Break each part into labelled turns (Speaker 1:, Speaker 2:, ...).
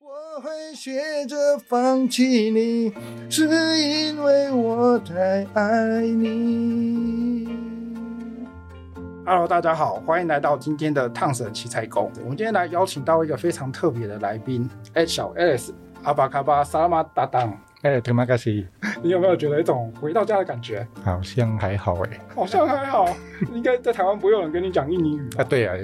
Speaker 1: 我会学着放弃你，是因为我太爱你。
Speaker 2: Hello，大家好，欢迎来到今天的烫神奇才工。我们今天来邀请到一个非常特别的来宾，哎，小 S，阿巴卡巴萨拉玛搭档，
Speaker 3: 哎，德玛卡西，
Speaker 2: 你有没有觉得一种回到家的感觉？
Speaker 3: 好像还好哎。
Speaker 2: 好像还好， 应该在台湾不会有人跟你讲印尼语
Speaker 3: 啊，
Speaker 2: 吧？
Speaker 3: 对啊，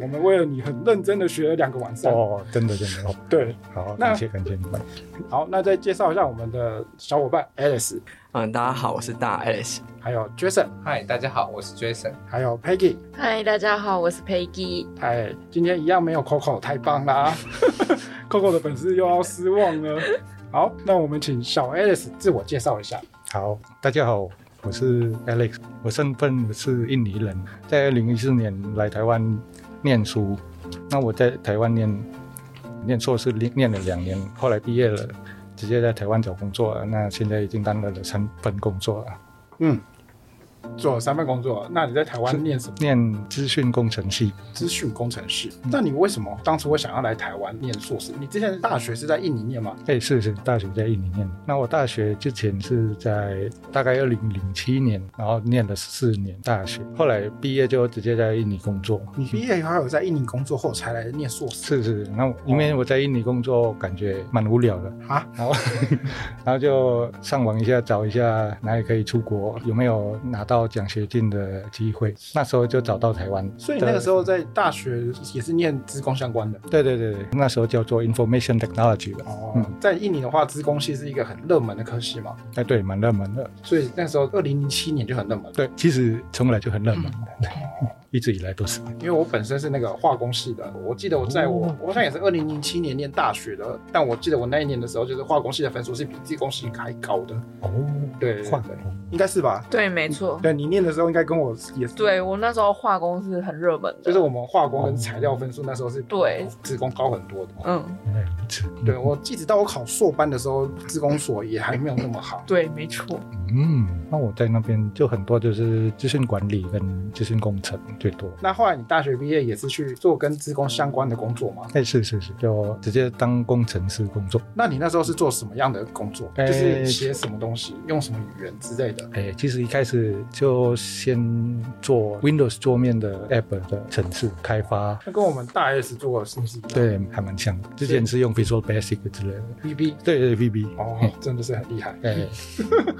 Speaker 2: 我们为了你很认真的学了两个晚上。
Speaker 3: 哦，真的真的，哦
Speaker 2: 对，
Speaker 3: 好，
Speaker 2: 啊那
Speaker 3: 感谢感谢你们。
Speaker 2: 好，那再介绍一下我们的小伙伴 Alice，
Speaker 4: 嗯，大家好，我是大 Alice。
Speaker 2: 还有 Jason，
Speaker 5: 嗨，大家好，我是 Jason。
Speaker 2: 还有 Peggy。
Speaker 6: 嗨，大家好，我是 Peggy。
Speaker 2: 哎，今天一样没有 Coco，太棒啦 ！Coco 的粉丝又要失望了。好，那我们请小 Alice 自我介绍一下。
Speaker 3: 好，大家好，我是 Alex，我身份是印尼人，在二零一四年来台湾念书，那我在台湾念念硕士念念了两年，后来毕业了，直接在台湾找工作，那现在已经担任了三份工作了，
Speaker 2: 嗯，做三份工作。那你在台湾念什么？
Speaker 3: 念资讯工程系，
Speaker 2: 资讯工程师。
Speaker 3: 嗯
Speaker 2: 那你为什么当初会想要来台湾念硕士？你之前大学是在印尼念吗？
Speaker 3: 哎，是是，大学在印尼念的。那我大学之前是在大概二零零七年，然后念了四年大学，后来毕业就直接在印尼工作。
Speaker 2: 你毕业以后还有在印尼工作后才来念硕士
Speaker 3: 是是，那我因为
Speaker 2: 哦
Speaker 3: 我在印尼工作感觉蛮无聊的，
Speaker 2: 啊？
Speaker 3: 然后 然后就上网一下找一下哪里可以出国，有没有拿到奖学金的机会。那时候就找到台湾，
Speaker 2: 所以那个时候在大学也是念资工相关的。
Speaker 3: 对对对对，那时候叫做 information technology 了。
Speaker 2: 哦
Speaker 3: 嗯，
Speaker 2: 在印尼的话，资工系是一个很热门的科系嘛，
Speaker 3: 哎，对，蛮热门的。
Speaker 2: 所以那时候二零零七年就很热门。
Speaker 3: 对，其实从来就很热门，对
Speaker 2: 嗯
Speaker 3: 一直以来都是。
Speaker 2: 因为我本身是那个化工系的，我记得我在我、
Speaker 3: 哦
Speaker 2: 我好像也是二零零七年念大学的，但我记得我那一年的时候，就是化工系的分数是比自工系还高的，
Speaker 3: 哦，
Speaker 2: 对对
Speaker 3: 换
Speaker 2: 对，应该是吧？
Speaker 6: 对，没错，
Speaker 2: 对你念的时候应该跟我也是，
Speaker 6: 对我那时候化工是很热门的，
Speaker 2: 就是我们化工跟材料分数那时候是比
Speaker 6: 对
Speaker 2: 自工高很多的。
Speaker 6: 嗯，
Speaker 3: 原来如此。
Speaker 2: 对，我一直到我考硕班的时候，自工所也还没有那么好。
Speaker 6: 对，没错，
Speaker 3: 嗯，那我在那边就很多就是资讯管理跟资讯工程最多。
Speaker 2: 那后来你大学毕业也是去做跟自工相关的工作吗？
Speaker 3: 哎，是是是，就直接当工程师工作。
Speaker 2: 那你那时候是做什么样的工作？
Speaker 3: 哎
Speaker 2: 就是写什么东西，用什么语言之类的？
Speaker 3: 哎，其实一开始就先做 Windows 桌面的 App 的程式开发，
Speaker 2: 那跟我们大 S 做的是不是一样？
Speaker 3: 对，还蛮像的。之前是用 Visual Basic 之类的，
Speaker 2: ，BB
Speaker 3: 对对 VB。
Speaker 2: 哦
Speaker 3: 嘿，
Speaker 2: 真的是很厉害。
Speaker 3: 哎，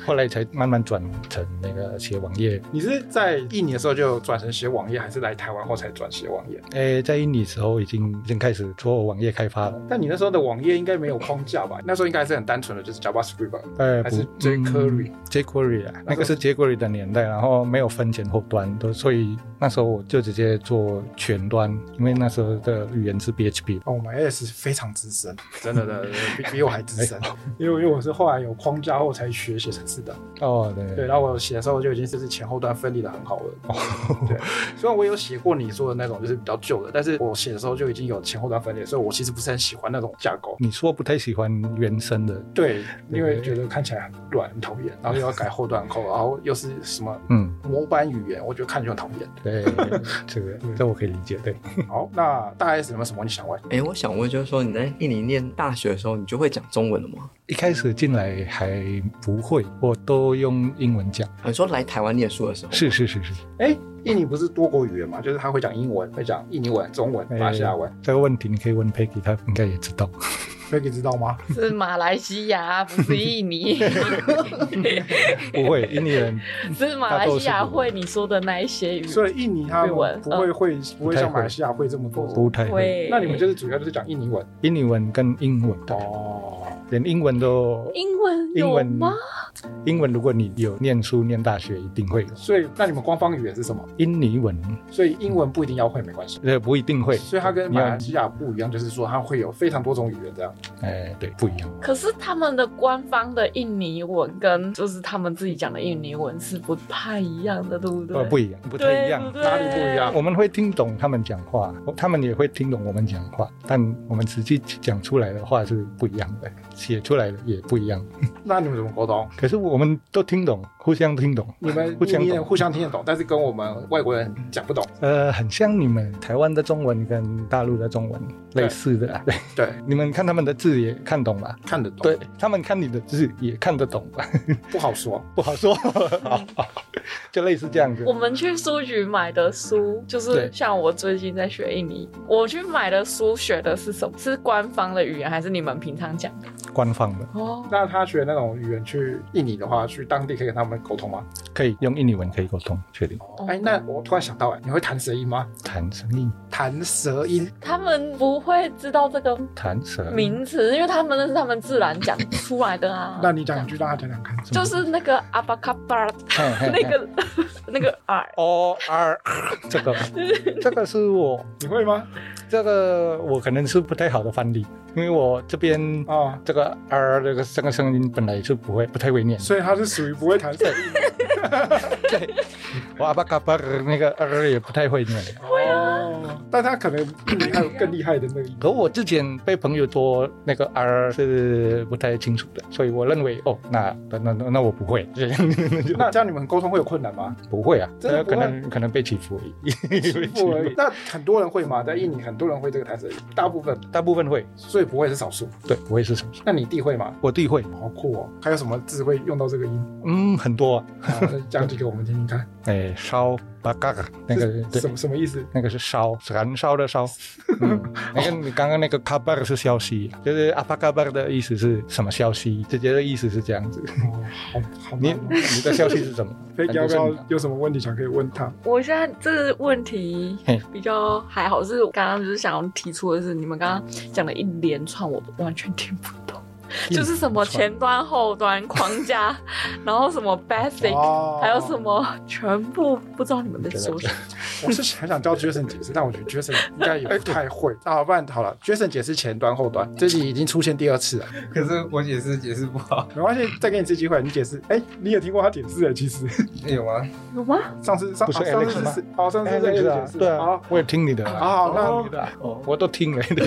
Speaker 3: 后来才慢慢转成那个写网页。
Speaker 2: 你是在印尼的时候就转成写网页，还是来台湾后才转写网页？
Speaker 3: 哎，在印尼时候已经已经开始做网页开发了。
Speaker 2: 但你那时候的网页应该没有框架吧？那时候应该还是很单纯的，就是 JavaScript 吧。
Speaker 3: 呃，
Speaker 2: 还
Speaker 3: 不
Speaker 2: 是 jQuery
Speaker 3: 嗯 jQuery 啊，那个是 jQuery 的年代，然后没有分前后端都，所以那时候我就直接做全端，因为那时候的语言是 PHP。
Speaker 2: 哦，我们 S 非常资深，真的真 的真的比比我还资深， 因为因为我是后来有框架后才学写程式的。
Speaker 3: 哦，对
Speaker 2: 对，然后哦我写的时候就已经就是前后端分离的很好了。对，虽然我有写过你说的那种就是比较旧的，但是我写的时候就已经有前后端分离，所以我其实不是很喜欢那种架构。
Speaker 3: 你说不太喜欢原生的，
Speaker 2: 对，因为觉得看起来很乱，很讨厌，然后又要改后端扣，然后又是什么
Speaker 3: 嗯，
Speaker 2: 模板语言，我觉得看就很讨厌。
Speaker 3: 对，这个这我可以理解，对，
Speaker 2: 好，那大 S 有没有什么问题想问？
Speaker 4: 哎、我想问，就是说你在印尼念大学的时候，你就会讲中文了吗？
Speaker 3: 一开始进来还不会，我都用英文讲，
Speaker 4: 啊你说来台湾念书的时候，
Speaker 3: 是是是是，
Speaker 2: 哎，印尼不是多国语言嘛，就是他会讲英文，会讲印尼文、中文、马来西亚文，
Speaker 3: 哎这个问题你可以问 Peggy，她应该也知道。
Speaker 2: 可以知道吗？
Speaker 6: 是马来西亚，不是印 尼，
Speaker 3: 不会，印尼人
Speaker 6: 是马来西亚会你说的那一些
Speaker 3: 嗯
Speaker 6: 语，
Speaker 2: 所以印尼他
Speaker 6: 日
Speaker 2: 们
Speaker 6: 文
Speaker 2: 不会
Speaker 6: 嗯
Speaker 2: 会不会像马来西亚会这么多。
Speaker 3: 不太会，
Speaker 6: 会。
Speaker 2: 那你们就是主要就是讲印尼文
Speaker 3: 印尼文跟英文的，
Speaker 2: 哦。
Speaker 3: 连英文都
Speaker 6: 英文
Speaker 3: 英
Speaker 6: 有
Speaker 3: 文
Speaker 6: 吗？？
Speaker 3: 英文如果你有念书念大学，一定会有
Speaker 2: 所以那你们官方语言是什么？
Speaker 3: 印尼文，
Speaker 2: 所以英文不一定要会，没关系。
Speaker 3: 呃，不一定会。
Speaker 2: 所以它跟
Speaker 3: 你要
Speaker 2: 马来西亚不一样，就是说它会有非常多种语言这样。
Speaker 3: 哎，对，不一样。
Speaker 6: 可是他们的官方的印尼文跟就是他们自己讲的印尼文是不太一样的，对不对？
Speaker 3: 呃，不一样，不
Speaker 6: 不
Speaker 3: 太一
Speaker 6: 对
Speaker 3: 样。
Speaker 6: 对
Speaker 2: 哪里不一样
Speaker 3: 我们会听懂他们讲话，他们也会听懂我们讲话，但我们实际讲出来的话是不一样的，写出来的也不一样。
Speaker 2: 那你们怎么沟通？
Speaker 3: 可是我们都听懂，互相听懂，
Speaker 2: 你们
Speaker 3: 互相
Speaker 2: 你们
Speaker 3: 懂。
Speaker 2: 互相听得懂，但是跟我们外国人讲不懂。
Speaker 3: 呃，很像你们台湾的中文跟大陆的中文
Speaker 2: 对
Speaker 3: 类似的、啊， 对，
Speaker 2: 对，
Speaker 3: 你们看他们的字也看懂吧？
Speaker 2: 看得懂，
Speaker 3: 对，他们看你的字也看得懂吧？
Speaker 2: 不好说。
Speaker 3: 不好 说，好好就类似这样子
Speaker 6: 我。们去书局买的书，就是
Speaker 3: 对
Speaker 6: 像我最近在学印尼，我去买的书学的是什么？是官方的语言还是你们平常讲的？
Speaker 3: 官方的
Speaker 6: 哦，
Speaker 2: 那他学那种语言去印尼的话，去当地可以跟他们沟通吗？
Speaker 3: 可以用印尼文可以沟通，确定
Speaker 6: 哦
Speaker 2: 哎，那我突然想到，哎，你会弹舌音吗？
Speaker 3: 谈生意
Speaker 2: 弹舌音，。
Speaker 6: 他们不会知道这个
Speaker 3: 谈舌
Speaker 6: 名词，因为他们那是他们自然讲出来的啊
Speaker 2: 那你讲一句让他讲讲看。
Speaker 6: 就是那个阿巴卡巴，
Speaker 2: 哎
Speaker 6: 那
Speaker 3: 那
Speaker 6: 个 那个 R，
Speaker 3: O R 这 个这个是我
Speaker 2: 你会吗？
Speaker 3: 这个我可能是不太好的范例，因为我这边
Speaker 2: 啊，
Speaker 3: 这个 R 这个这个声音本来就不会不太会念，
Speaker 2: 所以他是属于不会弹舌音。
Speaker 3: 我阿巴嘎巴那个 R 也不太会念。
Speaker 2: 会啊，但他可能印尼还有更厉害的那个音。
Speaker 3: 可我之前被朋友说那个 R 是不太清楚的，所以我认为哦，那那那那那我不会，这样就
Speaker 2: 那这样你们沟通会有困难吗？
Speaker 3: 不会啊，
Speaker 2: 真的
Speaker 3: 呃
Speaker 2: 不会
Speaker 3: 可能可能被欺负而已， 被
Speaker 2: 不而已。那很多人会吗？在印尼很多人会这个弹舌音，大部分，
Speaker 3: 大部分会，
Speaker 2: 所以不会是少数。
Speaker 3: 对，不会是什么，
Speaker 2: 那你弟会吗？
Speaker 3: 我弟会，
Speaker 2: 好酷哦！还有什么字会用到这个 音？
Speaker 3: 嗯，很多、啊，
Speaker 2: 啊讲几个我们听听看。
Speaker 3: 哎，烧巴嘎嘎那个对
Speaker 2: 什。么什么意思？
Speaker 3: 那个是烧，燃烧 的烧。嗯，那个你刚刚那个 kabar 是消息，啊就是阿帕 kabar 的意思是什么消息？直接的意思是这样子。
Speaker 2: 哦，好好
Speaker 3: 你
Speaker 2: 难哦。
Speaker 3: 你的消息 是什么？
Speaker 2: 飞
Speaker 3: 很
Speaker 2: 要
Speaker 3: 多
Speaker 2: 不
Speaker 3: 是你
Speaker 2: 要有什么问题想可以问他？
Speaker 6: 我现在这个问题
Speaker 3: 嘿
Speaker 6: 比较还好，是我刚刚就是想要提出的是，你们刚刚讲的一连串我完全听不懂，就是什么前端、后端、框架，然后什么 basic，
Speaker 2: 哦
Speaker 6: 还有什？么，全部不知道你们在说什么。
Speaker 2: 我是很想叫 Jason 解释，但我觉得 Jason 应该也不太 会。那好，不然好了，Jason 解释前端后端，这集已经出现第二次了，
Speaker 4: 可是我解释解释不好，
Speaker 2: 没关系，再给你一次机会，你解释。哎，你也听过他解释的，其实
Speaker 4: 有吗？
Speaker 6: 有吗？
Speaker 2: 上次上
Speaker 3: 不是
Speaker 2: 啊上
Speaker 3: Alex
Speaker 2: 次
Speaker 3: 吗
Speaker 2: 是哦，上次
Speaker 3: 哎，
Speaker 2: 是
Speaker 3: 那
Speaker 2: Alex
Speaker 3: 个
Speaker 2: 解
Speaker 3: 啊
Speaker 2: 释
Speaker 3: 对啊
Speaker 2: 好，，
Speaker 3: 我也听你的啊，
Speaker 2: 好，那
Speaker 3: 的啊，
Speaker 4: 哦，
Speaker 3: 我都听了的，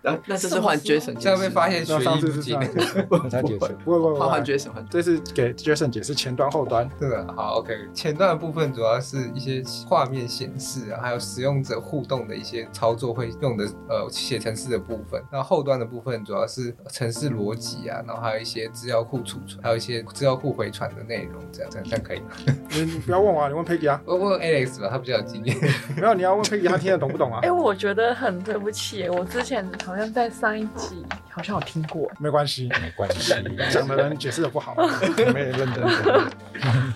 Speaker 4: 那那这次呃换 Jason，这样被发现
Speaker 2: 那上次是这
Speaker 4: 啊
Speaker 2: 样，
Speaker 3: 我才解释。
Speaker 2: 不会不会不
Speaker 4: 换
Speaker 2: 会
Speaker 4: 换。Jason 换。
Speaker 2: 这次给 Jason 解释前端后端，
Speaker 5: 这个啊好，OK。前段的部分主要是一些画面显示啊，还有使用者互动的一些操作会用的呃写程式的部分。那后端的部分主要是程式逻辑啊，然后还有一些资料库储存，还有一些资料库回传的内容，这样这样这样可以吗？
Speaker 2: 你你不要问我啊，你问 Peggy 啊，
Speaker 5: 我问 Alex 吧，他比较有经验。
Speaker 2: 没有你要问 Peggy，他听得懂不懂啊
Speaker 6: 哎、？我觉得很对不起耶，我之前好像在上一集好像有听过。
Speaker 2: 没关系，
Speaker 3: 没关系，
Speaker 2: 讲的人解释的不好。
Speaker 3: 没人认真听。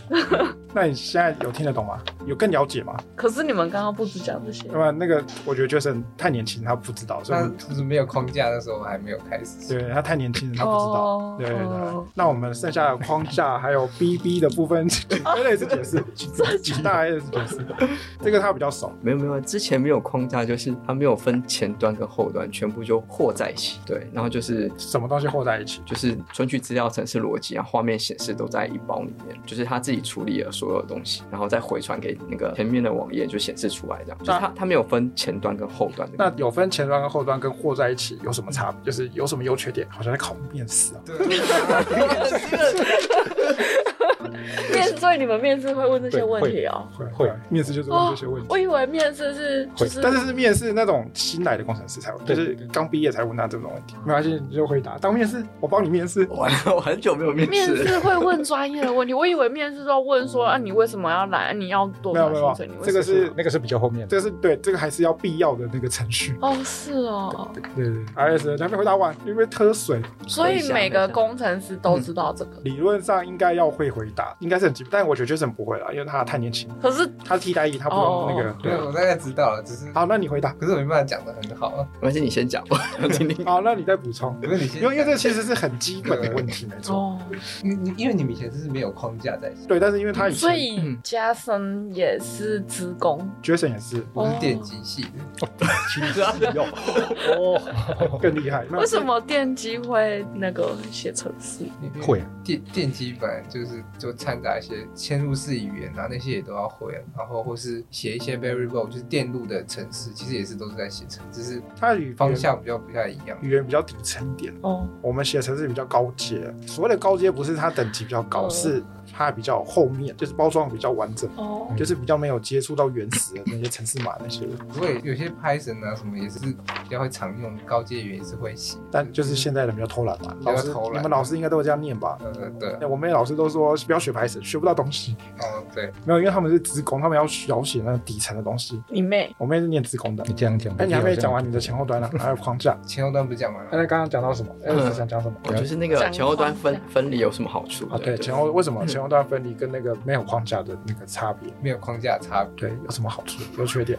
Speaker 2: 那你现在有听得懂吗？有更了解吗？
Speaker 6: 可是你们刚刚不止讲这些
Speaker 2: 因，为那个我觉得 Jason 太年轻，他不知道，所以我
Speaker 5: 那
Speaker 2: 们
Speaker 5: 就是没有框架的时候，我还没有开始。
Speaker 2: 对他太年轻了，他不知
Speaker 6: 哦
Speaker 2: 道。对对对
Speaker 6: 哦。
Speaker 2: 那我们剩下的框架还有 BB 的部分，请 Alex 解释，请请大 Alex 解释，这个他比较熟。
Speaker 4: 没有没有，之前没有框架，就是它没有分前端跟后端，全部就和在一起。对，然后就是
Speaker 2: 什么东西和在一起？
Speaker 4: 就是存取资料、程式逻辑啊、画面显示都在一包里面，就是他自己处理了所有的东西，然后再回传给那个前面的网页就显示出来，这样。就是他他没有分前端跟后端的。
Speaker 2: 那有分前端跟后端，跟和在一起有什么差别？就是有什么优缺点？好像在考面试啊。
Speaker 6: 面试，所以你们面试会问这些问题哦、
Speaker 2: 会会，面试就是问这些问题。
Speaker 6: 我以为面试是就是
Speaker 2: 但是是面试那种新来的工程师才会，就
Speaker 3: 对
Speaker 2: 是刚毕业才问他这种问题。没关系，你就回答。当面试，我帮你面试。
Speaker 4: 我我很久没有面
Speaker 6: 面
Speaker 4: 试 了，
Speaker 6: 试会问专业的问题，我以为面试都要问说啊，你为什么要来？啊你要多
Speaker 2: 没有
Speaker 6: 少
Speaker 2: 没有
Speaker 6: 薪水？你，为
Speaker 2: 这个
Speaker 6: 什么
Speaker 2: 是
Speaker 3: 那个是比较后面的，
Speaker 2: 这个是对，这个还是要必要的那个程序。
Speaker 6: 哦，是哦，
Speaker 2: 对对对，R S 还没回答完，因为特水嗯
Speaker 6: 所以每个工程师都知道这个。
Speaker 2: 理论上应该要会回答，应该是很基本，但我觉得 Jason 不会啦，因为他太年轻，
Speaker 6: 可是
Speaker 2: 他替代役，他不
Speaker 6: 哦
Speaker 2: 用那个。
Speaker 5: 对，我大概知道了，只是
Speaker 2: 好，那你回答。
Speaker 5: 可是我没办法讲的很好啊，
Speaker 4: 而且你先讲吧，我听听。
Speaker 2: 好，那你再补充。
Speaker 5: 因为你先
Speaker 2: 因为因为这其实是很基本的问题，没错。
Speaker 6: 哦，
Speaker 5: 因为因为你们以前是没有框架在，
Speaker 2: 对，但是因为他以
Speaker 6: 所
Speaker 2: 前嗯
Speaker 6: 以加森也是职工
Speaker 2: Jason 也是
Speaker 6: 哦
Speaker 5: 我是电机系的，
Speaker 2: 哦
Speaker 3: 其实有哦，
Speaker 2: 更厉害。那
Speaker 6: 为什么电机会那个写程式？
Speaker 5: 因为
Speaker 3: 会
Speaker 5: 电电机本来就是就掺杂一些嵌入式语言啊，那些也都要会啊，然后或是写一些 variable，就是电路的程式，其实也是都是在写程，只是
Speaker 2: 他与
Speaker 5: 方向比较不太一样。
Speaker 2: 语言比较底层一点？
Speaker 6: 哦，
Speaker 2: 我们写程式比较高阶，所谓的高阶不是它等级比较高，
Speaker 6: 嗯
Speaker 2: 是它比较后面，就是包装比较完整，
Speaker 6: 哦，
Speaker 2: 就是比较没有接触到原始的那些程式码那些。
Speaker 5: 不过有些 Python 啊什么也是比较会常用，高阶语言也是会写，
Speaker 2: 但就是现在人比较偷懒嘛，
Speaker 5: 嗯比较
Speaker 2: 老师
Speaker 5: 偷懒
Speaker 2: 你们老师应该都会这样念吧？
Speaker 5: 呃对
Speaker 2: 哎我们老师都说不要学排程，学不到东西。
Speaker 5: 哦对，
Speaker 2: 没有，因为他们是职工，他们要要写那个底层的东西。
Speaker 6: 你妹，
Speaker 2: 我妹是念职工的。
Speaker 3: 你这样讲，
Speaker 2: 哎，你还没讲
Speaker 3: 完。
Speaker 2: 完你的前后 端呢、啊还有框架。
Speaker 5: 前后端不讲完
Speaker 2: 哎，
Speaker 5: 了
Speaker 2: 那，刚刚讲到什么？ 哎，
Speaker 4: 嗯
Speaker 2: 想讲什么？
Speaker 4: 哦就是那个前后端分分离有什么好处？
Speaker 2: 啊，对，前后为什么前后端分离跟那个没有框架的那个差别？
Speaker 5: 没有框架差别。
Speaker 2: 对，有什么好处？有缺点？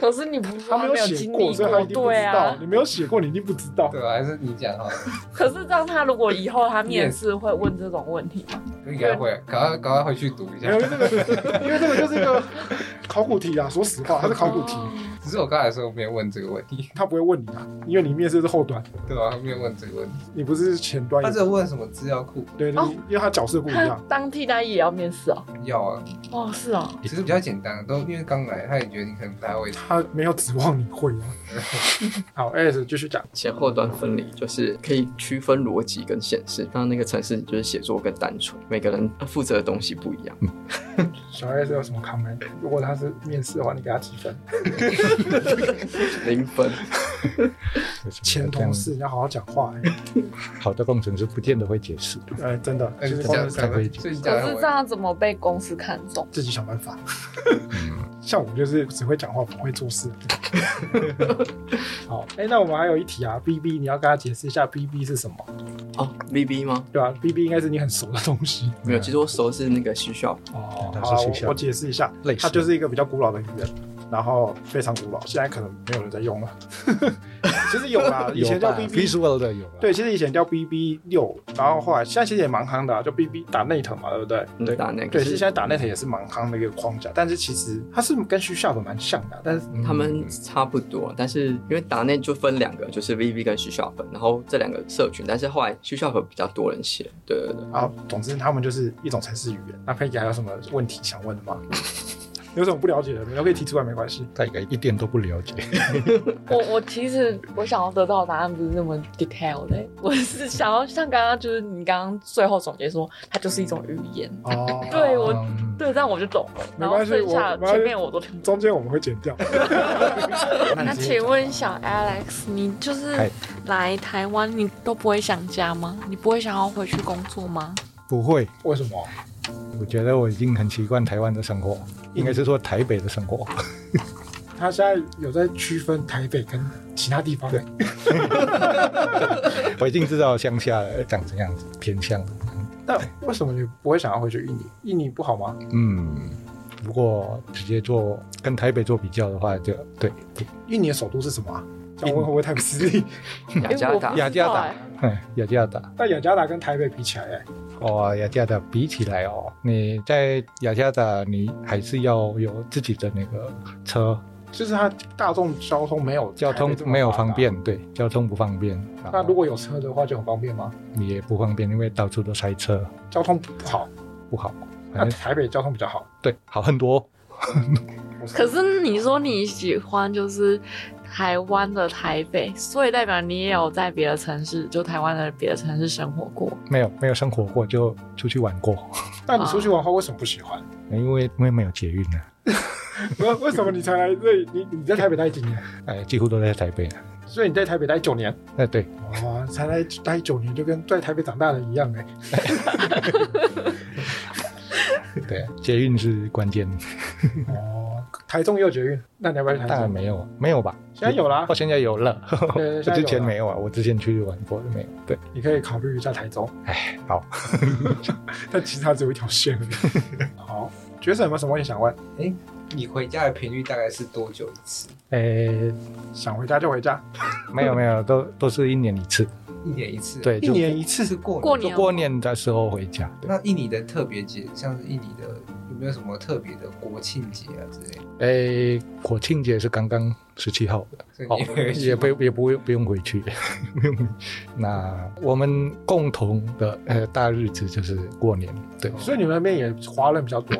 Speaker 6: 可是你不
Speaker 2: 他
Speaker 6: 没
Speaker 2: 有
Speaker 6: 有
Speaker 2: 写
Speaker 6: 经历
Speaker 2: 所以他一定不
Speaker 6: 对
Speaker 2: 知道。
Speaker 6: 啊。
Speaker 2: 你没有写过，你一定不知道。
Speaker 5: 对啊，还是你讲好了，
Speaker 6: 可是让他如果以后他面试会问这种问题吗？
Speaker 5: 应该会，赶快赶快回去读一
Speaker 2: 没
Speaker 5: 下
Speaker 2: 有，。啊因为这个， 因为这个就是一个考古题啊。说实话，它是考古题，
Speaker 6: 哦
Speaker 5: 只是我刚才说我没有问这个问题，
Speaker 2: 他不会问你啊，因为你面试是后端，
Speaker 5: 对吧、他没有问这个问题，
Speaker 2: 你不是前端
Speaker 5: 他。只有问什么资料库
Speaker 2: 对，
Speaker 6: 哦
Speaker 2: 你因为他角色不一样
Speaker 6: 他。当替代役也要面试哦。
Speaker 5: 要啊，
Speaker 6: 哦，是哦，
Speaker 5: 其实比较简单，都因为刚来，他也觉得你可能不太会。
Speaker 2: 他没有指望你会啊。好，Alice 继续讲。
Speaker 4: 前后端分离就是可以区分逻辑跟显示，让那个程式就是写作更单纯，每个人负责的东西不一样。
Speaker 2: 小 S 有什么 comment？如果他是面试的话，你给他几分？
Speaker 4: 零分，
Speaker 2: 前同事，你要好好讲话、欸。
Speaker 3: 好的工程师不见得会解释，
Speaker 2: 哎，真的，
Speaker 5: 哎
Speaker 2: 其实
Speaker 5: 你
Speaker 2: 光
Speaker 5: 讲
Speaker 2: 是
Speaker 3: 才会
Speaker 5: 所以你讲
Speaker 6: 可
Speaker 5: 得很
Speaker 6: 哦是这
Speaker 5: 稳
Speaker 6: 样怎么被公司看中？
Speaker 2: 自己想办法。
Speaker 4: 嗯
Speaker 2: 像我就是只会讲话，不会做 事。好，哎、那我们还有一题啊，B B，你要跟他解释一下 B B 是什么，
Speaker 4: 哦，VB 吗？
Speaker 2: 对吧、b B 应该是你很熟的东西。
Speaker 4: 没有，其实我熟是那个 C s h a r
Speaker 2: 哦
Speaker 3: 它
Speaker 2: 好啊
Speaker 3: 是学校
Speaker 2: 我我解释一下
Speaker 3: 类，似
Speaker 2: 它就是一个比较古老的语言，然后非常古老，现在可能没有人在用了。 其实有 啦，以前叫 B B，
Speaker 3: Visual 的有啊，
Speaker 2: 对，其实以前叫 BB 六，然后后来现在其实也蛮夯的、啊，就 BB 打 net 嘛，对不对？
Speaker 4: 嗯打 net
Speaker 2: 对，
Speaker 4: 可是
Speaker 2: 其实现在打 net 也是蛮夯的一个框架，但是其实它是跟 C Sharp 蛮像的啊，但是
Speaker 6: 嗯
Speaker 4: 他们
Speaker 5: 嗯
Speaker 4: 差不多，但是因为达内就分两个，就是 VB 跟 C s h a r 然后这两个社群，但是后来 C s h a r 比较多人写，对对对。
Speaker 2: 啊，总之他们就是一种程式语言。那佩姐还有什么问题想问的 吗？有什么不了解的，你都可以提出来，没关系。
Speaker 3: 大概一点都不了解。
Speaker 6: 我我其实我想要得到的答案不是那么 detail 的、 我是想要像刚刚就是你刚刚最后总结说，它就是一种语言。
Speaker 2: 哦，
Speaker 6: 对我
Speaker 3: 嗯
Speaker 6: 对，这样我就懂了。
Speaker 2: 没
Speaker 6: 然后
Speaker 2: 关系
Speaker 6: 剩下
Speaker 2: 我
Speaker 6: 前面我都听不懂。
Speaker 2: 中间我们会剪掉。
Speaker 6: 那请问小 Alex，你就是
Speaker 3: 嗨
Speaker 6: 来台湾，你都不会想家吗？你不会想要回去工作吗？
Speaker 3: 不会，
Speaker 2: 为什么？
Speaker 3: 我觉得我已经很习惯台湾的生活，
Speaker 2: 嗯
Speaker 3: 应该是说台北的 生活。
Speaker 2: 他现在有在区分台北跟其他地方的，
Speaker 3: 我已经知道乡下长怎样子，偏乡。
Speaker 2: 那为什么你不会想要回去印尼？印尼不好吗？
Speaker 3: 嗯，如果直接做跟台北做比较的话，就对
Speaker 2: 印尼的首都是什么啊？这样问会不会 太不实力？
Speaker 5: 嗯
Speaker 4: 雅加达
Speaker 3: 雅加达
Speaker 6: 哎，
Speaker 3: 嗯雅加达。
Speaker 2: 但雅加达跟台北比起来、欸，
Speaker 3: 哦，雅加达比起来哦，你在雅加达你还是要有自己的那个车，
Speaker 2: 就是它大众交通没有
Speaker 3: 交
Speaker 2: 台
Speaker 3: 通
Speaker 2: 北这么
Speaker 3: 没有
Speaker 2: 发达
Speaker 3: 方。便，对，交通不方便。然后
Speaker 2: 那如果有车的话就很方便吗？
Speaker 3: 你也不方便，因为到处都塞车，
Speaker 2: 交通不好，
Speaker 3: 不好。
Speaker 2: 那
Speaker 3: 反正
Speaker 2: 台北交通比较好。
Speaker 3: 对，好很多。哦
Speaker 6: 可是你说你喜欢就是台湾的台北，所以代表你也有在别的城市，就台湾的别的城市生活过。
Speaker 3: 没有没有生活过，就出去玩过，
Speaker 2: 那你出去玩的话为什么不喜欢？
Speaker 3: 因为因为没有捷运啊呢、
Speaker 2: 为为什么你才来这里？你你在台北待几年？
Speaker 3: 哎，几乎都在台北呢。
Speaker 2: 所以你在台北待九年，
Speaker 3: 哎，对，
Speaker 2: 哇，哦才来待九年就跟在台北长大的一样哎、
Speaker 3: 啊对，捷运是关键。
Speaker 2: 哦，台中也有捷运，那你要不要去台
Speaker 3: 嗯当然
Speaker 2: 中？
Speaker 3: 没有，啊没有吧？
Speaker 2: 现在有啦
Speaker 3: 哦，现在有了。
Speaker 2: 对对
Speaker 3: 我之前。
Speaker 2: 现在有
Speaker 3: 没
Speaker 2: 了
Speaker 3: 有啊，我之前去玩过没有。对，
Speaker 2: 你可以考虑一下台中，
Speaker 3: 哎，好，
Speaker 2: 但其实它只有一条线而 已。好，角色有没有什么问题想问？
Speaker 5: 你回家的频率大概是多久一次？
Speaker 3: 诶，
Speaker 2: 想回家就回家，
Speaker 3: 没有没有，都都是一年一次。
Speaker 5: 一年一次？，
Speaker 3: 对，
Speaker 2: 一
Speaker 3: 就
Speaker 2: 年一次
Speaker 5: 是过年
Speaker 6: 过
Speaker 3: 就
Speaker 6: 年
Speaker 3: 过年的时候回家。对，
Speaker 5: 那印尼的特别节，像是印尼的有没有什么特别的国庆节啊之类的？
Speaker 3: 诶，哎国庆节是刚刚十七号 的，
Speaker 5: 所以
Speaker 3: 哦
Speaker 5: 你会，去
Speaker 3: 也不也不用不用回去， 不用回去。那我们共同的呃大日子就是过年，对，
Speaker 2: 所以你们那边也华人比较多。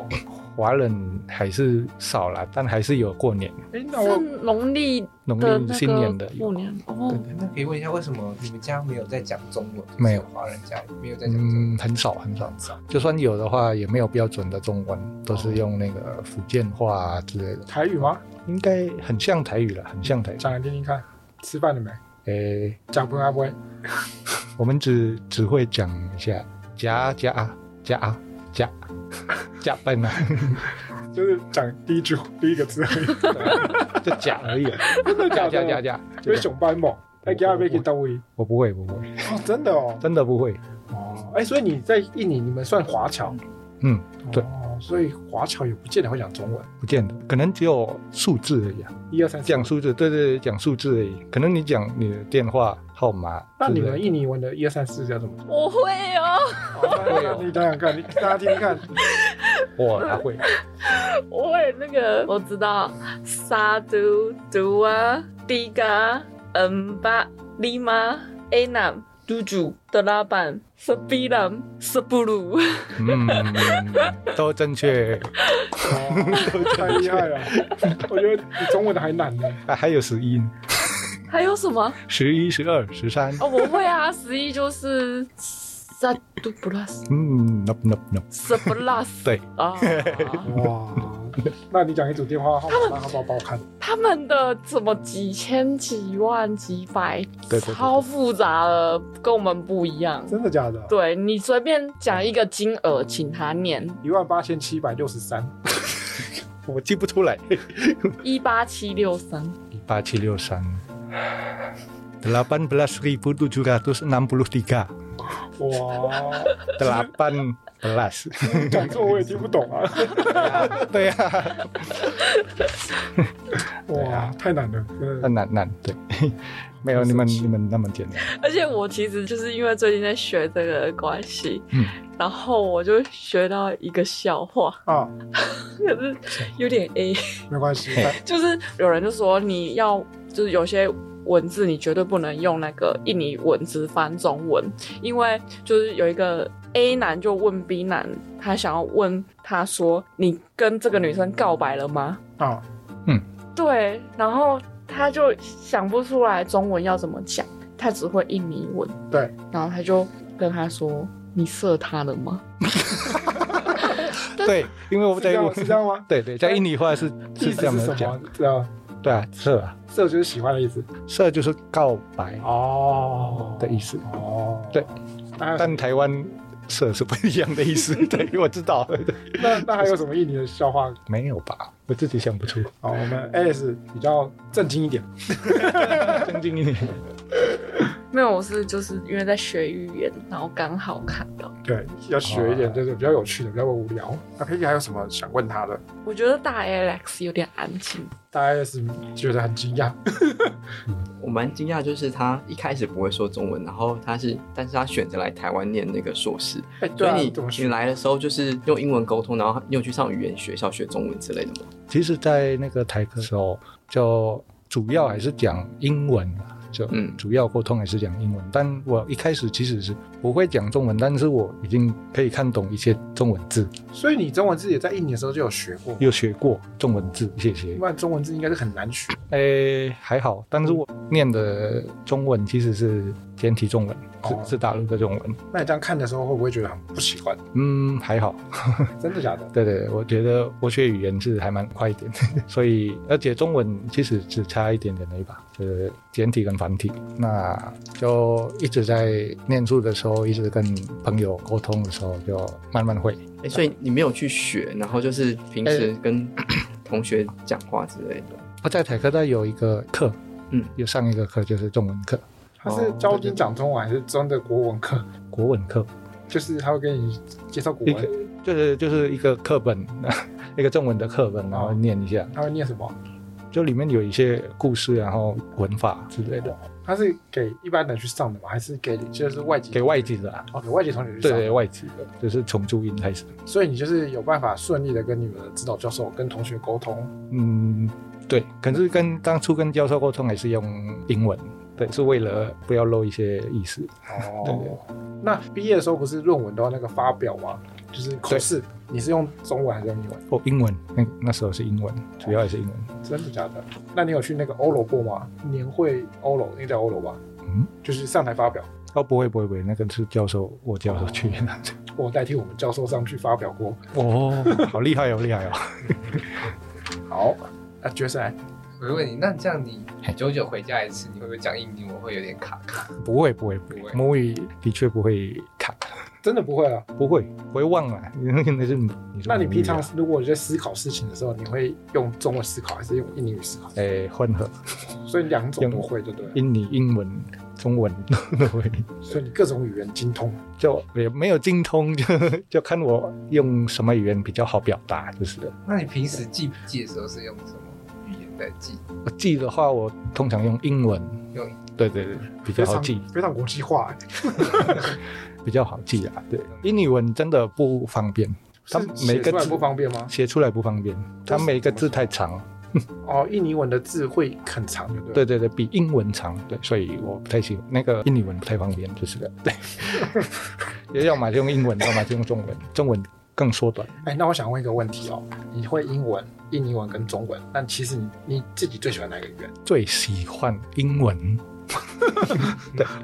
Speaker 3: 华人还是少了，但还是有过年，
Speaker 2: 哎，那
Speaker 6: 是
Speaker 2: 我
Speaker 6: 哦农历
Speaker 3: 农
Speaker 6: 的
Speaker 3: 历
Speaker 6: 那
Speaker 3: 新年的
Speaker 6: 个
Speaker 3: 有
Speaker 6: 过年 哦，
Speaker 5: 那可以问一下，为什么你们家没有在讲中文？就是
Speaker 3: 没有
Speaker 5: 华人家没有在讲中
Speaker 3: 嗯，
Speaker 5: 文。
Speaker 3: 很少很少，就算有的话，也没有标准的中文，都是用那个福建话啊之类的，
Speaker 2: 台语吗？
Speaker 3: 应该很像台语了，很像台语。
Speaker 2: 讲来听听看。吃饭了没？
Speaker 3: 诶、
Speaker 2: 讲不啊会不会。
Speaker 3: 我们只只会讲一下加加啊加啊加加笨啊，
Speaker 2: 就是讲第一句 第一个字而已，
Speaker 3: 就假而已啊，
Speaker 2: 真的假
Speaker 3: 加 加加
Speaker 2: 的？
Speaker 3: 加，
Speaker 2: 因为熊班猛，哎，给他被给到位
Speaker 3: 我不会不会，
Speaker 2: 哦，真的哦，
Speaker 3: 真的不会。
Speaker 2: 哦，哎，所以你在印尼，你们算华侨，
Speaker 3: 嗯，对
Speaker 2: 哦，所以华侨也不见得会讲中文，
Speaker 3: 不见得，可能只有数字而已啊，
Speaker 2: 一二三四
Speaker 3: 讲数字，对对对，讲数字而已。可能你讲你的电话号码，
Speaker 2: 那你
Speaker 3: 之
Speaker 2: 们
Speaker 3: 类的
Speaker 2: 印尼文的一二三四要怎么？
Speaker 6: 我会 哦，
Speaker 2: 你想想看，你大家听听 看，
Speaker 3: 我还会，
Speaker 6: 我会那个我知道，沙嘟嘟啊，迪嘎嗯巴里玛 A 南嘟嘟的拉板 s b i l a m s b u l u
Speaker 3: 嗯，都正确，
Speaker 2: 哦，太厉害了，我觉得比中文的还难呢。
Speaker 3: 还还有十一呢，
Speaker 6: 还有什么？
Speaker 3: 十一、十二、十三，
Speaker 6: 哦，我会啊，十一就是沙嘟布拉斯
Speaker 3: 嗯，no no no，
Speaker 6: s b l a s
Speaker 3: 对
Speaker 6: 啊。
Speaker 2: 哇，那你讲一组电话号码，让他帮帮我看。
Speaker 6: 他们的什么几千、几万、几百，
Speaker 3: 对对对
Speaker 6: 超复杂的，跟我们不一样。
Speaker 2: 真的假的？
Speaker 6: 对你随便讲一个金额，请他念
Speaker 2: 一万八千七百六十三，
Speaker 3: 我记不出来，
Speaker 6: 一八七六三，
Speaker 3: 八七六三。delapan belas ribu tujuh ratus enam puluh tiga
Speaker 2: 哇，
Speaker 3: delapan belas，
Speaker 2: 讲错我也听不懂啊。
Speaker 3: 对啊呀、
Speaker 2: 哇，太难了，嗯真的
Speaker 3: 很难难对，没有你们你们那么简单，
Speaker 6: 而且我其实就是因为最近在学这个的关系，
Speaker 3: 嗯
Speaker 6: 然后我就学到一个笑话，
Speaker 2: 啊，
Speaker 6: 可是有点 A，
Speaker 2: 没关系，
Speaker 6: 就是有人就说你要就是有些文字你绝对不能用那个印尼文字翻中文，因为就是有一个 A 男就问 B 男，他想要问他说你跟这个女生告白了吗？
Speaker 2: 啊，
Speaker 6: 对，然后他就想不出来中文要怎么讲，他只会印尼文。
Speaker 2: 对，
Speaker 6: 然后他就跟他说：“你射他了吗
Speaker 3: 对，因为我
Speaker 2: 是
Speaker 3: 在
Speaker 2: 这样是这样吗？
Speaker 3: 对对，在印尼话是
Speaker 2: 意
Speaker 3: 是
Speaker 2: 思
Speaker 3: 这样
Speaker 2: 是
Speaker 3: 的
Speaker 2: 什
Speaker 3: 讲
Speaker 2: 么，？知道？
Speaker 3: 对啊，色啊，
Speaker 2: 这就是喜欢的意思
Speaker 3: 色就是告白
Speaker 2: 哦
Speaker 3: 的意思，
Speaker 2: 哦，
Speaker 3: 对，
Speaker 2: 那
Speaker 3: 但台湾色是不一样的意 思，对，我知道，对
Speaker 2: 那那还有什么印尼的笑话？
Speaker 3: 没有吧？我自己想不出，
Speaker 2: 好，我们 Alice 比较正经一点，
Speaker 3: 正经一点，？”
Speaker 6: 没有，我是就是因为在学语言，然后刚好看到。
Speaker 2: 对，要学一点，
Speaker 3: 哦
Speaker 2: 就是比较有趣的，比较无聊。那 Peggy 还有什么想问他的？
Speaker 6: 我觉得大 Alex 有点安静，
Speaker 2: 大 S 觉得很惊讶，
Speaker 4: 我蛮惊讶，就是他一开始不会说中文，然后他是，但是他选择来台湾念那个硕士，
Speaker 2: 哎，
Speaker 4: 所
Speaker 2: 对啊
Speaker 4: 以你
Speaker 2: 怎么
Speaker 4: 你
Speaker 2: 学？
Speaker 4: 来的时候就是用英文沟通，然后你有去上语言学校学中文之类的吗？
Speaker 3: 其实，在那个台科的时候，就主要还是讲英文吧，就
Speaker 4: 嗯
Speaker 3: 主要沟通还是讲英文。但我一开始其实是不会讲中文，但是我已经可以看懂一些中文字，
Speaker 2: 所以你中文字也在印尼的时候就有学过，
Speaker 3: 又学过中文字，谢谢
Speaker 2: 不。然中文字应该是很难学。
Speaker 3: 诶，还好，但是我念的中文其实是简体中文，
Speaker 2: 哦
Speaker 3: 是是大陆的中文。
Speaker 2: 那你这样看的时候会不会觉得很不习惯？
Speaker 3: 嗯，还好。
Speaker 2: 真的假的？
Speaker 3: 对对，我觉得我学语言是还蛮快一点， 所以而且中文其实只差一点点而已吧，就是简体跟繁体。那就一直在念书的时候，一直跟朋友沟
Speaker 5: 啊
Speaker 3: 通的时候，就慢慢会。
Speaker 4: 哎、所以你没有去学，然后就是平时跟同学讲话之类的。
Speaker 3: 我在台科大有一个课，
Speaker 4: 嗯，
Speaker 3: 有上一个课就是中文课、
Speaker 2: 他
Speaker 3: 哦
Speaker 2: 是教你讲中文还是真的国文课？
Speaker 3: 国文课，
Speaker 2: 就是他会给你介绍古
Speaker 3: 一个
Speaker 2: 文，
Speaker 3: 就是就是一个课本， 一个中文的课本，然后念一下，
Speaker 2: 他会念什么？
Speaker 3: 就里面有一些故事，然后文法之类的，
Speaker 2: 他是给一般人去上的吗？还是给就是外籍
Speaker 3: 给外籍的、啊，
Speaker 2: 哦给外籍同学去
Speaker 3: 对
Speaker 2: 上？
Speaker 3: 对，外籍的，就是从注音开始。
Speaker 2: 所以你就是有办法顺利的跟你们的指导教授跟同学沟通。
Speaker 3: 嗯，对，可是跟当初跟教授沟通还是用英文，对，是为了不要漏一些意思。
Speaker 2: 哦
Speaker 3: 对对
Speaker 2: 那毕业的时候不是论文都要那个发表吗？就是口试，你是用中文还是用英文？
Speaker 3: 哦，英文，那那时候是英文，主要也是英文。
Speaker 2: 真的假的？那你有去那个欧罗过吗？年会欧罗，那个叫欧罗吧？
Speaker 3: 嗯，
Speaker 2: 就是上台发表。
Speaker 3: 哦，不会不会不会，那个是教授，我教授 去的。
Speaker 2: 我代替我们教授上去发表过。
Speaker 3: 哦，好厉害哦，厉害哦。
Speaker 2: 好，那决赛
Speaker 5: 我就问你，那这样你
Speaker 3: 嘿
Speaker 5: 久久回家一次，你会不会讲印尼文会有点卡卡？
Speaker 3: 不会不会不会
Speaker 5: 不会，
Speaker 3: 母语的确不会卡，
Speaker 2: 真的不会啊？
Speaker 3: 不会不会忘了， 那个那是你。
Speaker 2: 那你平常
Speaker 3: 是
Speaker 2: 如果你在思考事情的时候，你会用中文思考还是用印尼语思考？
Speaker 3: 诶混合
Speaker 2: 所以两种都
Speaker 3: 用
Speaker 2: 会，对不对？
Speaker 3: 印尼英文、中文 都会，
Speaker 2: 所以你各种语言精通。
Speaker 3: 就也没有精通， 就就看我用什么语言比较好表达，就是了
Speaker 5: 那你平时记笔记的时候是用什么语言在记？
Speaker 3: 我记的话，我通常用英文，
Speaker 5: 用
Speaker 3: 对对对，比较
Speaker 2: 非
Speaker 3: 好
Speaker 2: 常
Speaker 3: 记，
Speaker 2: 非常国际化、欸，
Speaker 3: 比较好记啊。对，英语文真的不方便，它
Speaker 2: 是
Speaker 3: 每
Speaker 2: 写
Speaker 3: 个
Speaker 2: 出来
Speaker 3: 字
Speaker 2: 不方便吗？
Speaker 3: 写出来不方便，它
Speaker 2: 是
Speaker 3: 每个字太长，
Speaker 2: 哦，印尼文的字会很长，对不对？
Speaker 3: 对对对，比英文长，对，所以我不太喜欢那个印尼文不太方便，就是 的，对，也要么就用英文，要么就用中文，中文更缩短。
Speaker 2: 哎，那我想问一个问题哦，你会英文、印尼文跟中文，但其实你你自己最喜欢哪个语言？
Speaker 3: 最喜欢英文，啊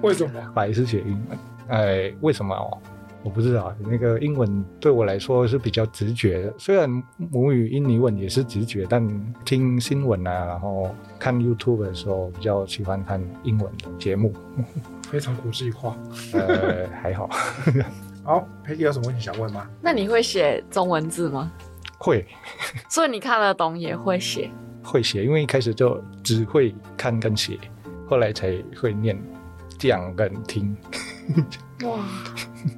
Speaker 2: 为什么？
Speaker 3: 还是写英文？哎，为什么哦？我不知道，那个英文对我来说是比较直觉的。虽然母语印尼文也是直觉，但听新闻啊，然后看 YouTube 的时候，比较喜欢看英文的节目。
Speaker 2: 非常国际化。
Speaker 3: 呃，还好，
Speaker 2: 好，Peggy 有什么问题想问吗？
Speaker 6: 那你会写中文字吗？
Speaker 3: 会
Speaker 6: 所以你看得懂也会写。
Speaker 3: 会写，因为一开始就只会看跟写，后来才会念讲跟听。
Speaker 6: 哇，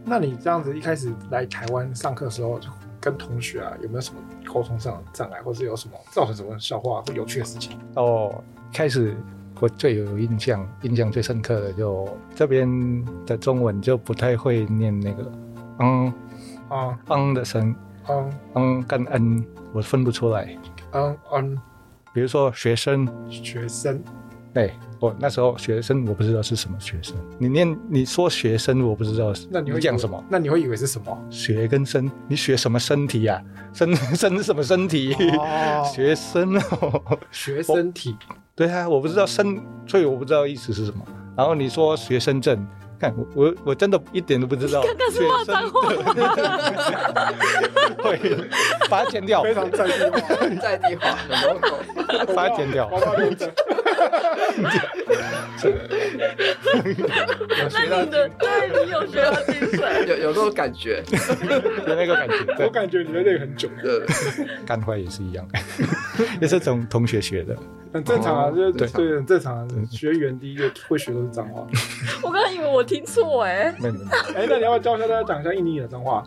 Speaker 2: 那你这样子一开始来台湾上课的时候，就跟同学啊有没有什么沟通上的障碍，或是有什么造成什么笑话或有趣的事情？
Speaker 3: 哦，开始我最有印象、印象最深刻的就这边的中文就不太会念那个嗯
Speaker 2: 啊
Speaker 3: 嗯的声，
Speaker 2: 嗯
Speaker 3: 嗯跟嗯我分不出来。
Speaker 2: 嗯嗯，
Speaker 3: 比如说学生，
Speaker 2: 学生
Speaker 3: 对我那时候学生我不知道是什么学生，你念你说学生我不知道是，
Speaker 2: 那你会以为
Speaker 3: 讲什么？？
Speaker 2: 那你会以为是什么？
Speaker 3: 学跟身，你学什么身体啊呀、身身什么身体？
Speaker 2: 哦
Speaker 3: 学生哦，
Speaker 2: 学生体
Speaker 3: 对啊，我不知道深，所以我不知道意思是什么。然后你说学生证，看我我我真的一点都不知道。
Speaker 6: 那是骂脏话吗。
Speaker 3: 对，把它剪掉，
Speaker 2: 非常在地化，
Speaker 5: 在地化，
Speaker 3: 把它剪 掉。
Speaker 2: 广告认证
Speaker 5: 有学
Speaker 6: 那
Speaker 5: 到
Speaker 6: 你的对你有学到精髓。
Speaker 4: 有有这种感觉，
Speaker 3: 有那个感觉，
Speaker 2: 我
Speaker 3: 对，
Speaker 2: 感觉你在那里很久，
Speaker 4: 对，
Speaker 3: 干坏也是一样， 也是从同学学的。
Speaker 2: 很正常啊，就是
Speaker 3: 哦对
Speaker 2: 对，很正常啊。学员第一个会学都是脏话。
Speaker 6: 我刚刚以为我听错哎、
Speaker 3: 没没没
Speaker 2: 哎，那你要不要教一下大家讲一下印尼语的脏话？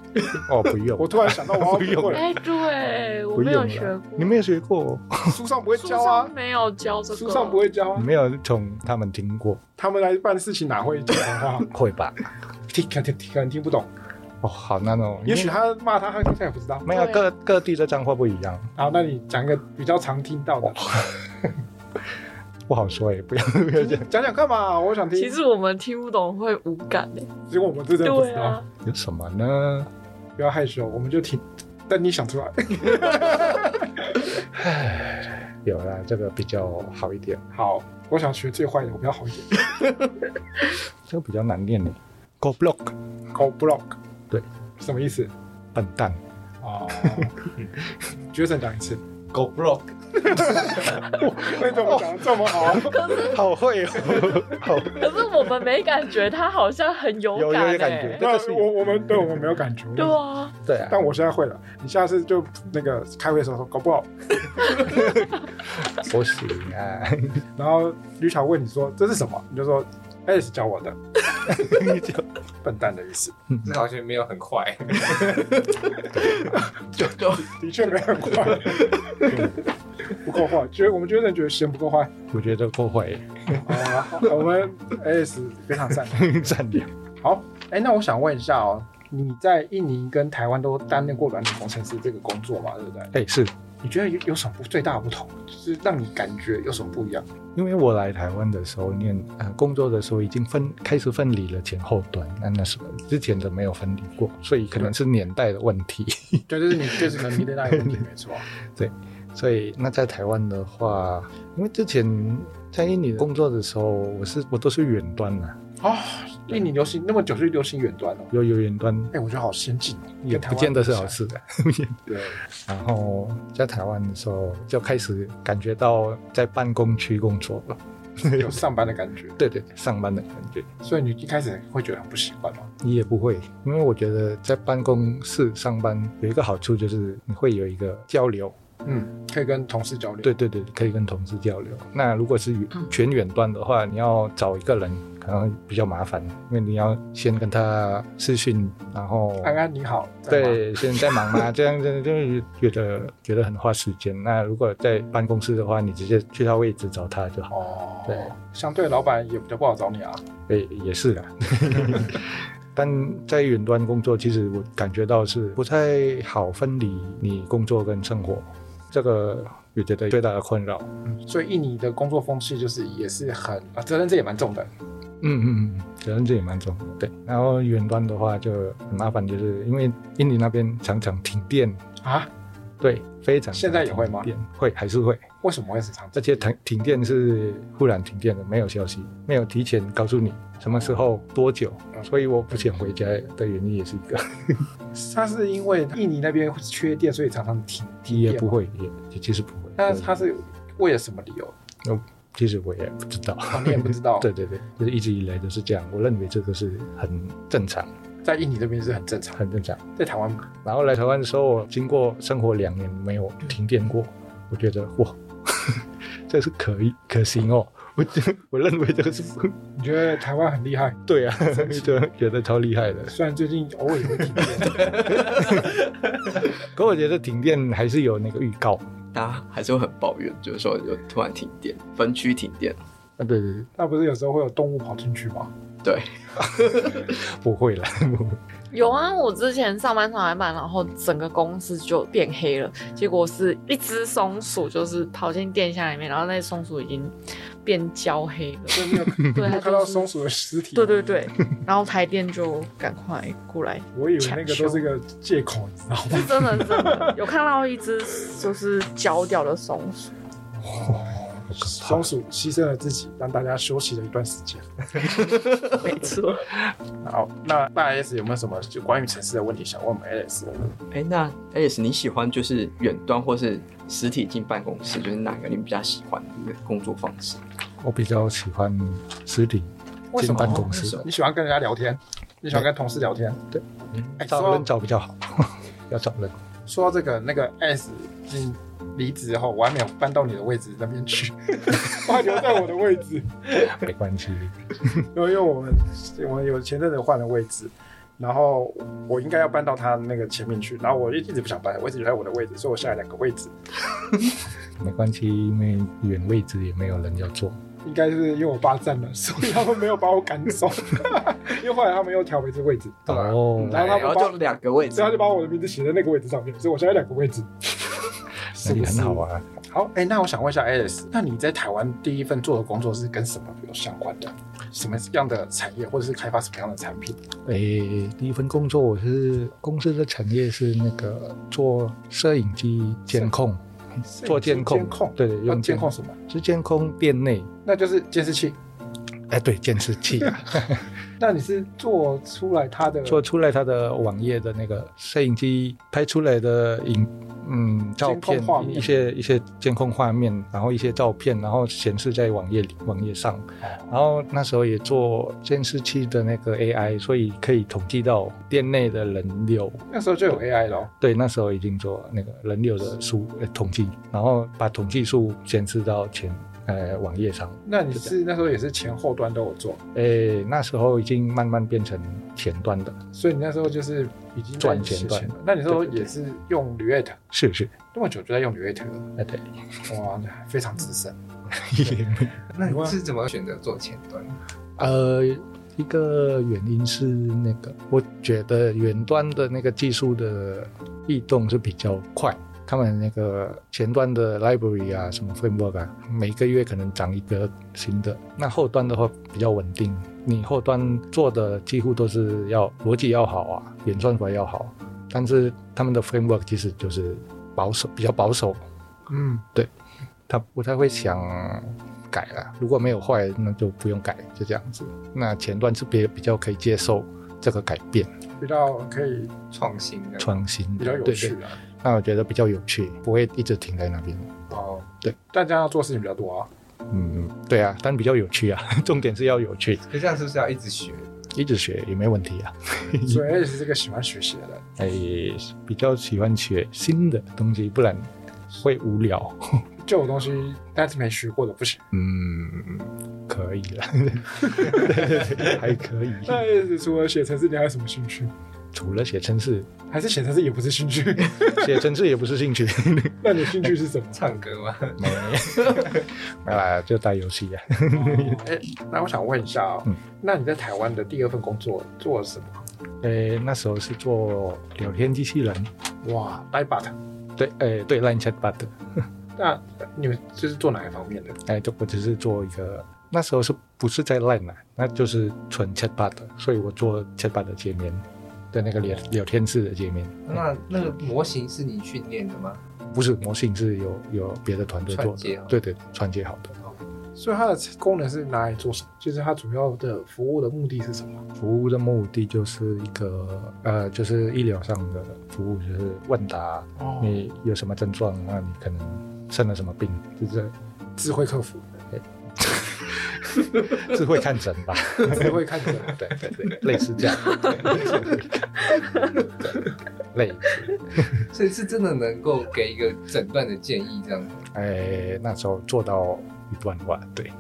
Speaker 3: 哦，不用
Speaker 2: 我，突然想到，我好像不会，
Speaker 6: 哎、对，我
Speaker 3: 不
Speaker 6: 没有
Speaker 3: 用
Speaker 6: 学
Speaker 3: 了
Speaker 6: 过。
Speaker 3: 你没有学过，
Speaker 2: 书上不会
Speaker 6: 书
Speaker 2: 教啊
Speaker 6: 上，没有教这个，
Speaker 2: 书上不会教
Speaker 3: 你
Speaker 2: 啊。
Speaker 3: 没有从他们听过，
Speaker 2: 他们来办事情哪会讲脏话？
Speaker 3: 会吧？
Speaker 2: 听可能听可能听不懂，
Speaker 3: 哦，好难哦。
Speaker 2: 也许他骂他，他他也不知道。
Speaker 3: 没有
Speaker 6: 对
Speaker 3: 各各地的脏话不一样，
Speaker 2: 好，那你讲一个比较常听到的，
Speaker 3: 不好说哎，不要 不要讲，
Speaker 2: 讲讲看嘛，我想
Speaker 6: 其
Speaker 2: 听。
Speaker 6: 实我们听不懂会无感哎、
Speaker 2: 结果我们真的不知
Speaker 6: 对
Speaker 2: 道
Speaker 6: 啊，，
Speaker 3: 有什么呢？
Speaker 2: 不要害羞，我们就听。等你想出来，哎
Speaker 3: 有啦，这个比较好一点，
Speaker 2: 好，我想学最坏的，我比较好一点。
Speaker 3: 这个比较难念的。Go block，
Speaker 2: Go block，
Speaker 3: 对，
Speaker 2: 什么意思？啊
Speaker 3: 笨蛋。
Speaker 2: 哦，决胜讲一次。
Speaker 5: 狗 block，
Speaker 2: 为什么讲得这么好？
Speaker 3: 好会哦， 好
Speaker 6: 可是我们没感觉他好像很有
Speaker 3: 有有
Speaker 6: 感
Speaker 3: 有感
Speaker 6: 哎
Speaker 3: 觉。
Speaker 2: 那我我们对我们没有感觉，
Speaker 6: 对啊，
Speaker 3: 对啊，
Speaker 2: 但我现在会了。你下次就那个开会的时候说搞不好，
Speaker 3: 不行啊，
Speaker 2: 然后吕巧问你说这是什么，你就说 Alice 教我的，笨蛋的意思。
Speaker 5: 这好像没有很快。
Speaker 2: 的确没很快，不够坏。觉得我们觉得觉得嫌不够坏。
Speaker 3: 我觉得不会，
Speaker 2: 啊，我们 Alice 非常善良。
Speaker 3: 占领。
Speaker 2: 好，哎、那我想问一下哦，你在印尼跟台湾都担任过软体工程师这个工作嘛，对不对？
Speaker 3: 哎，是
Speaker 2: 你觉得有有什么不最大的不同，就是让你感觉有什么不一样？
Speaker 3: 因为我来台湾的时候念呃工作的时候已经分开始分离了前后端，那那是之前的没有分离过，所以可能是年代的问题。
Speaker 2: 对，就是你确实可能你的那个问题没错。
Speaker 3: 所以那在台湾的话，因为之前在印尼工作的时候，我是我都是远端的、
Speaker 2: 哦，印尼流行那么久就流行远端哦，
Speaker 3: 有有远端
Speaker 2: 哎、我觉得好先进哦，
Speaker 3: 也
Speaker 2: 跟台
Speaker 3: 不
Speaker 2: 湾
Speaker 3: 见得是好
Speaker 2: 比起来。
Speaker 3: 事的。
Speaker 2: 对，
Speaker 3: 然后在台湾的时候，就开始感觉到在办公区工作了。
Speaker 2: 有上班的感觉，
Speaker 3: 对对，对上班的感觉
Speaker 2: 所以你一开始会觉得很不习惯哦吗？
Speaker 3: 你也不会，因为我觉得在办公室上班有一个好处就是你会有一个交流，
Speaker 2: 嗯，可以跟同事交流。
Speaker 3: 对对对，可以跟同事交流。那如果是远全远端的话，你要找一个人可能比较麻烦，因为你要先跟他视讯，然后
Speaker 2: 安安你好，在吗，
Speaker 3: 对，现在在忙嘛，这样子就觉得觉得很花时间。那如果在办公室的话，你直接去他位置找他就好。
Speaker 2: 哦，
Speaker 3: 对，
Speaker 2: 相对老板也比较不好找你啊。
Speaker 3: 诶，也是啦。 但在远端工作，其实我感觉到是不太好分离你工作跟生活，这个我觉得最大的困扰。
Speaker 2: 所以印尼的工作风气就是也是很啊，责任制也蛮重的。
Speaker 3: 嗯嗯嗯，责任这也蛮重要。对，然后远端的话就很麻烦，就是因为印尼那边常常停电
Speaker 2: 啊，
Speaker 3: 对，非常
Speaker 2: 现在也会吗
Speaker 3: 停电嗯会还是会，
Speaker 2: 为什么会是常
Speaker 3: 而且停停电是忽然停电的，没有消息，没有提前告诉你什么时候多久，
Speaker 2: 嗯
Speaker 3: 所以我不想回家的原因也是一个，
Speaker 2: 它是因为印尼那边缺电，所以常常停停
Speaker 3: 也
Speaker 2: 电
Speaker 3: 不
Speaker 2: 吗。
Speaker 3: 会，也也其实不会。
Speaker 2: 那
Speaker 3: 对
Speaker 2: 它是为了什么理由？
Speaker 3: 其实我也不知道，
Speaker 2: 啊你也不知道
Speaker 3: 对对对，就是一直以来都是这样，我认为这个是很正常，
Speaker 2: 在印尼这边是很正常，
Speaker 3: 很正常。
Speaker 2: 在台湾
Speaker 3: 然后来台湾的时候，经过生活两年没有停电过，我觉得哇， 这是可以可行哦。我 觉我认为这个是不
Speaker 2: 你觉得台湾很厉害，
Speaker 3: 对啊，就觉得超厉害的。
Speaker 2: 虽然最近偶尔也会停电，
Speaker 3: 可我觉得停电还是有那个预告
Speaker 4: 大家还是会很抱怨，就是说有突然停电，分区停电，
Speaker 3: 啊，对对对，
Speaker 2: 那不是有时候会有动物跑进去吗？
Speaker 4: 对，
Speaker 3: 不 会啦，
Speaker 6: 有啊，我之前上班上完班，然后整个公司就变黑了，结果是一只松鼠就是跑进电箱里面，然后那松鼠已经变焦黑了。
Speaker 2: 所以你有 你有
Speaker 6: 对，它就是
Speaker 2: 看到松鼠的尸体，
Speaker 6: 对，对对，然后台电就赶快过来，
Speaker 2: 我以为那个都是个借口，你知道吗？
Speaker 6: 是真的是真的有看到一只就是焦掉的松鼠，
Speaker 2: 松鼠牺牲了自己，让大家休息了一段时间。
Speaker 6: 没错。
Speaker 2: 好，那大 S 有没有什么就关于城市的问题想问我们 Alice？
Speaker 4: 哎，那 Alice，你喜欢就是远端或是实体进办公室，就是哪个你比较喜欢的工作方式？
Speaker 3: 我比较喜欢实体
Speaker 2: 为什
Speaker 3: 进
Speaker 2: 么
Speaker 3: 办公室，
Speaker 2: 你喜欢跟人家聊天？你喜欢跟同事聊天？
Speaker 3: 对
Speaker 2: 哎，
Speaker 3: 找
Speaker 2: 说
Speaker 3: 人
Speaker 2: 到
Speaker 3: 找比较好， 要找人。
Speaker 2: 说到这个，那个 S 你离职后，我还没有搬到你的位置那边 去，我还留在我的位置，
Speaker 3: 没关系，
Speaker 2: 因为因为我们我们有前阵子换了位置。然后我应该要搬到他那个前面去，然后我一一直不想搬，我一直留在我的位置，所以我下来两个位置，
Speaker 3: 没关系，因为远位置也没有人要坐。
Speaker 2: 应该是因为我爸占了，所以他们没有把我赶走， 因为后来他们又调回这位置，
Speaker 3: 哦，
Speaker 2: 哎然后他
Speaker 4: 然
Speaker 2: 不
Speaker 4: 后
Speaker 2: 帮
Speaker 4: 就两个位置
Speaker 2: 所以他，就把我的名字写在那个位置上面，所以我现在有两个位 置，
Speaker 3: 那
Speaker 2: 是
Speaker 3: 你
Speaker 2: 不
Speaker 3: 很
Speaker 2: 是？
Speaker 3: 好啊。
Speaker 2: 好，哎、那我想问一下 Alice，那你在台湾第一份做的工作是跟什么有相关的？什么样的产业，或者是开发什么样的产品？
Speaker 3: 诶，第一份工作我是公司的产业是那个做摄影机监控，嗯做监控，
Speaker 2: 监控，
Speaker 3: 对对，
Speaker 2: 要
Speaker 3: 用
Speaker 2: 监控，什么？
Speaker 3: 是监控店内，
Speaker 2: 那就是监视器。
Speaker 3: 哎，对，监视器啊，
Speaker 2: 那你是做出来它的
Speaker 3: 做出来它的网页的那个摄影机拍出来的影，嗯，照
Speaker 2: 监控
Speaker 3: 片
Speaker 2: 画面
Speaker 3: 一些一些监控画面，然后一些照片，然后显示在网页里网页
Speaker 2: 哦
Speaker 3: 上。然后那时候也做监视器的那个 AI，所以可以统计到店内的人流。
Speaker 2: 那时候就有 AI 咯。
Speaker 3: 对，那时候已经做那个人流的数、呃、统计，然后把统计数显示到前呃网页上。
Speaker 2: 那你是那时候也是前后端都有做，
Speaker 3: 诶，那时候已经慢慢变成前端的，
Speaker 2: 所以你那时候就是已经在
Speaker 3: 赚钱
Speaker 2: 之前
Speaker 3: 赚
Speaker 2: 了。那你那时候
Speaker 3: 对对对
Speaker 2: 也是用 React，
Speaker 3: 是是，
Speaker 2: 那么久就在用 React 了，
Speaker 3: 哎对，
Speaker 2: 哇，那非常资深。
Speaker 5: 那你是怎么选择做前端？
Speaker 3: 呃，一个原因是那个，我觉得远端的那个技术的异动是比较快。他们那个前端的 library 啊，什么 framework 啊，每个月可能涨一个新的。那后端的话比较稳定，你后端做的几乎都是要逻辑要好啊，演算法要好，但是他们的 framework 其实就是保守，比较保守，
Speaker 2: 嗯，
Speaker 3: 他不太会想改了。如果没有坏，那就不用改，就这样子。那前端是比比较可以接受这个改变、
Speaker 2: 比较可以
Speaker 5: 创新的，
Speaker 3: 创新，
Speaker 2: 比较有
Speaker 3: 对
Speaker 2: 趣
Speaker 3: 对。
Speaker 2: 啊。
Speaker 3: 那我觉得比较有趣，不会一直停在那边。
Speaker 2: 哦，
Speaker 3: 对，
Speaker 2: 但这样要做事情比 较多啊。
Speaker 3: 嗯，对啊，但比较有趣啊， 重点是要有趣，
Speaker 5: 可这样是不是要一直学？
Speaker 3: 一直学也没问题啊。
Speaker 2: 所以也是个喜欢学习的人。
Speaker 3: 哎，比较喜欢学新的东西，不然会无聊。
Speaker 2: 旧的东西，但是没学过的不行。
Speaker 3: 嗯，可以了， 对对对，还 可以。
Speaker 2: 那除了写程式，你还有什么兴趣？
Speaker 3: 除了写程式，
Speaker 2: 还是写程式也不是 兴趣？
Speaker 3: 写程式也不是兴趣。
Speaker 2: 那你的兴趣是什么？
Speaker 5: 唱歌吗？
Speaker 3: 没啦，就打游戏啊。
Speaker 2: 哎、那我想问一下哦，
Speaker 3: 嗯
Speaker 2: 那你在台湾的第二份工作做了什么？
Speaker 3: 诶、那时候是做聊天机器人，
Speaker 2: 哇 l i b o t
Speaker 3: 对，诶、对，Line Chatbot，
Speaker 2: 那你们就是做哪一方面的？
Speaker 3: 诶、就我只是做一个，那时候是不是在 Line 啊？那就是纯 Chatbot，的所以我做 Chatbot 的界面的那个聊聊天室的界面，
Speaker 5: 那那个模型是你训练的吗？
Speaker 3: 不是模型是有有别的团队做
Speaker 5: 串接
Speaker 3: 的
Speaker 5: 好，
Speaker 3: 对对，串接好的。
Speaker 2: 所以它的功能是拿来做什么？就是它主要的服务的目的是什么？
Speaker 3: 服务的目的就是一个呃，就是医疗上的服务，就是问答，
Speaker 2: 哦
Speaker 3: 你有什么症状？那你可能生了什么病？就是
Speaker 2: 智慧客服，
Speaker 3: 智慧看诊吧。
Speaker 2: 智慧看诊。
Speaker 3: 对对对，类似这样，类似。
Speaker 5: 所以是真的能够给一个诊断的建议这样子。
Speaker 3: 哎，那时候做到一段话，对，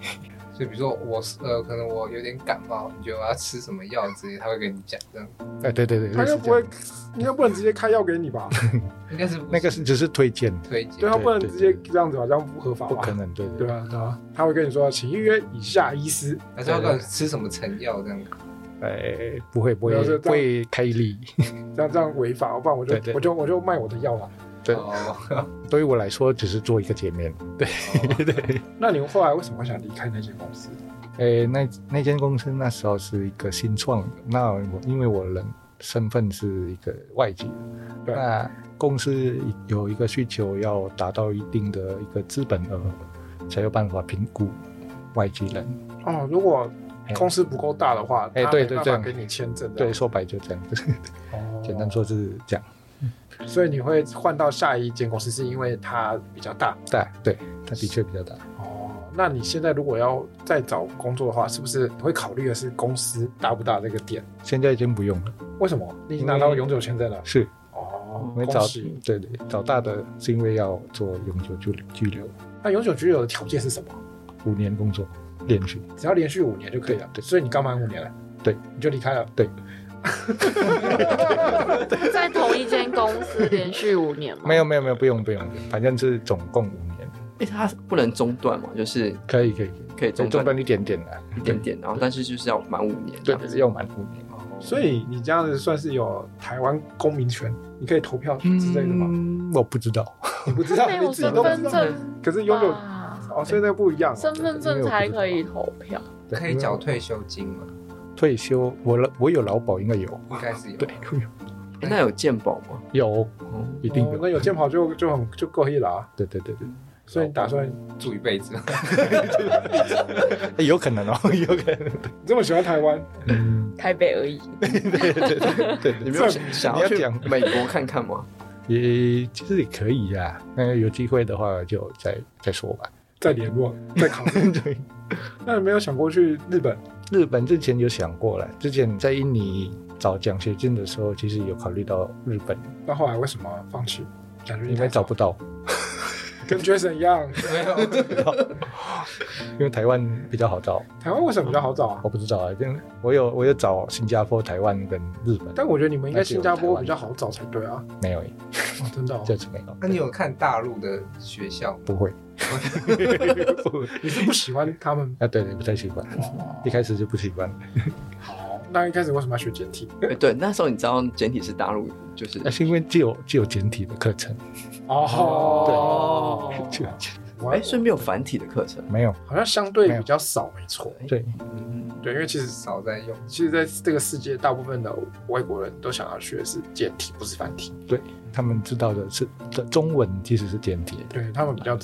Speaker 5: 所以比如说我呃，可能我有点感冒，你觉得我要吃什么药之类，他会跟你讲这样。
Speaker 3: 哎，对对对，
Speaker 2: 他
Speaker 3: 类
Speaker 2: 又
Speaker 3: 似
Speaker 2: 不
Speaker 3: 这
Speaker 2: 会
Speaker 3: 样。，
Speaker 2: 应该不能直接开药给你吧？
Speaker 5: 应该是不
Speaker 3: 那个是只是推荐，
Speaker 5: 推荐
Speaker 2: 对，他不能
Speaker 3: 对
Speaker 2: 直接
Speaker 3: 对
Speaker 2: 这样子，好像不合法吧？
Speaker 3: 不可能，对对
Speaker 2: 对啊，对啊，他会跟你说，请预约以下医师。
Speaker 5: 还是要告诉你吃什么成药这样。
Speaker 3: 对，哎，不会不
Speaker 2: 然后就
Speaker 3: 会不会开立。
Speaker 2: 这样这样违法，不然我就
Speaker 3: 对对
Speaker 2: 我就我就卖我的药了。
Speaker 3: 对
Speaker 5: 哦，
Speaker 3: 对于我来说，只是做一个界面。
Speaker 2: 那你们后来为什么会想离开那间公司？
Speaker 3: 哎，那那间公司那时候是一个新创，那我因为我人身份是一个外籍人，
Speaker 2: 对
Speaker 3: 那公司有一个需求要达到一定的一个资本额，才有办法评估外籍人。
Speaker 2: 哦，如果
Speaker 3: 哎
Speaker 2: 公司不够大的话，
Speaker 3: 哎
Speaker 2: 他
Speaker 3: 对
Speaker 2: 没
Speaker 3: 对
Speaker 2: 办
Speaker 3: 这
Speaker 2: 法
Speaker 3: 样
Speaker 2: 给你签证的。
Speaker 3: 对，说白就这样，
Speaker 2: 哦
Speaker 3: 简单说是这样。
Speaker 2: 所以你会换到下一间公司，是因为它比较大。
Speaker 3: 大对，它的确比较大。
Speaker 2: 哦，那你现在如果要再找工作的话，是不是你会考虑的是公司大不大这个点？
Speaker 3: 现在已经不用了，
Speaker 2: 为什么？你已经拿到永久签证了。
Speaker 3: 是
Speaker 2: 哦
Speaker 3: 因，为
Speaker 2: 恭
Speaker 3: 找
Speaker 2: 喜！
Speaker 3: 对对找大的是因为要做永久居留居留，
Speaker 2: 那永久居留的条件是什么？
Speaker 3: 五年工作连续。
Speaker 2: 只要连续五年就可以了。
Speaker 3: 对对
Speaker 2: 所以你刚满五年了，
Speaker 3: 对，
Speaker 2: 你就离开了。
Speaker 6: 在同一间公司连续五年吗？
Speaker 3: 没有没有没有，不用不用，反正是总共五年，
Speaker 4: 哎，它不能中断嘛，就是
Speaker 3: 可以可以可以。
Speaker 4: 可以
Speaker 3: 对
Speaker 4: 中
Speaker 3: 中
Speaker 4: 断
Speaker 3: 断一点啊点啦，
Speaker 4: 一点点，然后但是就是要满五年这
Speaker 3: 对
Speaker 4: 样，子。
Speaker 3: 要满五年。
Speaker 2: 所以你这样子算是有台湾公民权，你可以投票之类的吗？
Speaker 3: 嗯，我不知道，
Speaker 2: 你不知道，
Speaker 6: 没
Speaker 2: 你
Speaker 6: 有
Speaker 2: 自己
Speaker 6: 身
Speaker 2: 都不
Speaker 6: 份
Speaker 2: 知道。
Speaker 6: 证
Speaker 2: 可是拥有
Speaker 6: 吧？
Speaker 2: 哦，所以那个不一样哦。
Speaker 6: 身份证才可以投票。
Speaker 3: 对
Speaker 5: 可以缴退休金吗？
Speaker 3: 退休，我老我有劳保，应该有，
Speaker 5: 应该是有。
Speaker 3: 对，
Speaker 4: 诶那有健保吗？
Speaker 3: 有
Speaker 4: 哦，
Speaker 3: 一定
Speaker 2: 哦那
Speaker 3: 有，
Speaker 2: 有健保就就很就够以了啊。
Speaker 3: 对对对对
Speaker 2: 所以你打算
Speaker 5: 住一辈子，
Speaker 3: 哎，有可能哦，有可能，
Speaker 2: 你这么喜欢台湾，
Speaker 3: 嗯，
Speaker 6: 台北而已。
Speaker 3: 对对对对
Speaker 4: 你
Speaker 3: 对，
Speaker 4: 没有想想
Speaker 3: 你要
Speaker 4: 去
Speaker 3: 讲
Speaker 4: 美国看看吗？
Speaker 3: 也其实也可以啊。那有机会的话就再再说吧。
Speaker 2: 再联络，再考虑。
Speaker 3: 对，
Speaker 2: 那你没有想过去日本？
Speaker 3: 日本之前有想过了，之前在印尼找奖学金的时候，其实有考虑到日本，
Speaker 2: 那后来为什么放弃？感觉
Speaker 3: 应该找不到，
Speaker 2: 跟 Jason 一 样，
Speaker 5: 没有，
Speaker 3: 因为台湾比较好找。
Speaker 2: 台湾为什么比较好找啊
Speaker 3: 我？不知道啊，因为我有我有找新加坡、台湾跟日本，
Speaker 2: 但我觉得你们应该新加坡比较好找才对啊！
Speaker 3: 没有耶，
Speaker 2: 哦、真的、哦，
Speaker 3: 这次没有。
Speaker 5: 那你有看大陆的学校吗？
Speaker 3: 不会？不会？
Speaker 2: 你是不喜欢他们
Speaker 3: 啊，对对，不太习惯，
Speaker 2: 哦
Speaker 3: 一开始就不习惯。
Speaker 2: 好，那一开始为什么要学简体？
Speaker 4: 哎对，那时候你知道简体是大陆，就是
Speaker 3: 那啊是因为既有既有简体的课程，
Speaker 2: 哦，
Speaker 3: 就
Speaker 2: 我
Speaker 4: 哎，顺便有繁体的课程。
Speaker 3: 没有
Speaker 2: 好像相对比较少，没错。
Speaker 3: 对，
Speaker 4: 哎
Speaker 2: 对，因为其实
Speaker 5: 少在用，
Speaker 2: 其实在这个世界，大部分的外国人都想要学的是简体，不是繁体。
Speaker 3: 他们知道的是的中文其实是简体，
Speaker 2: 对他们比较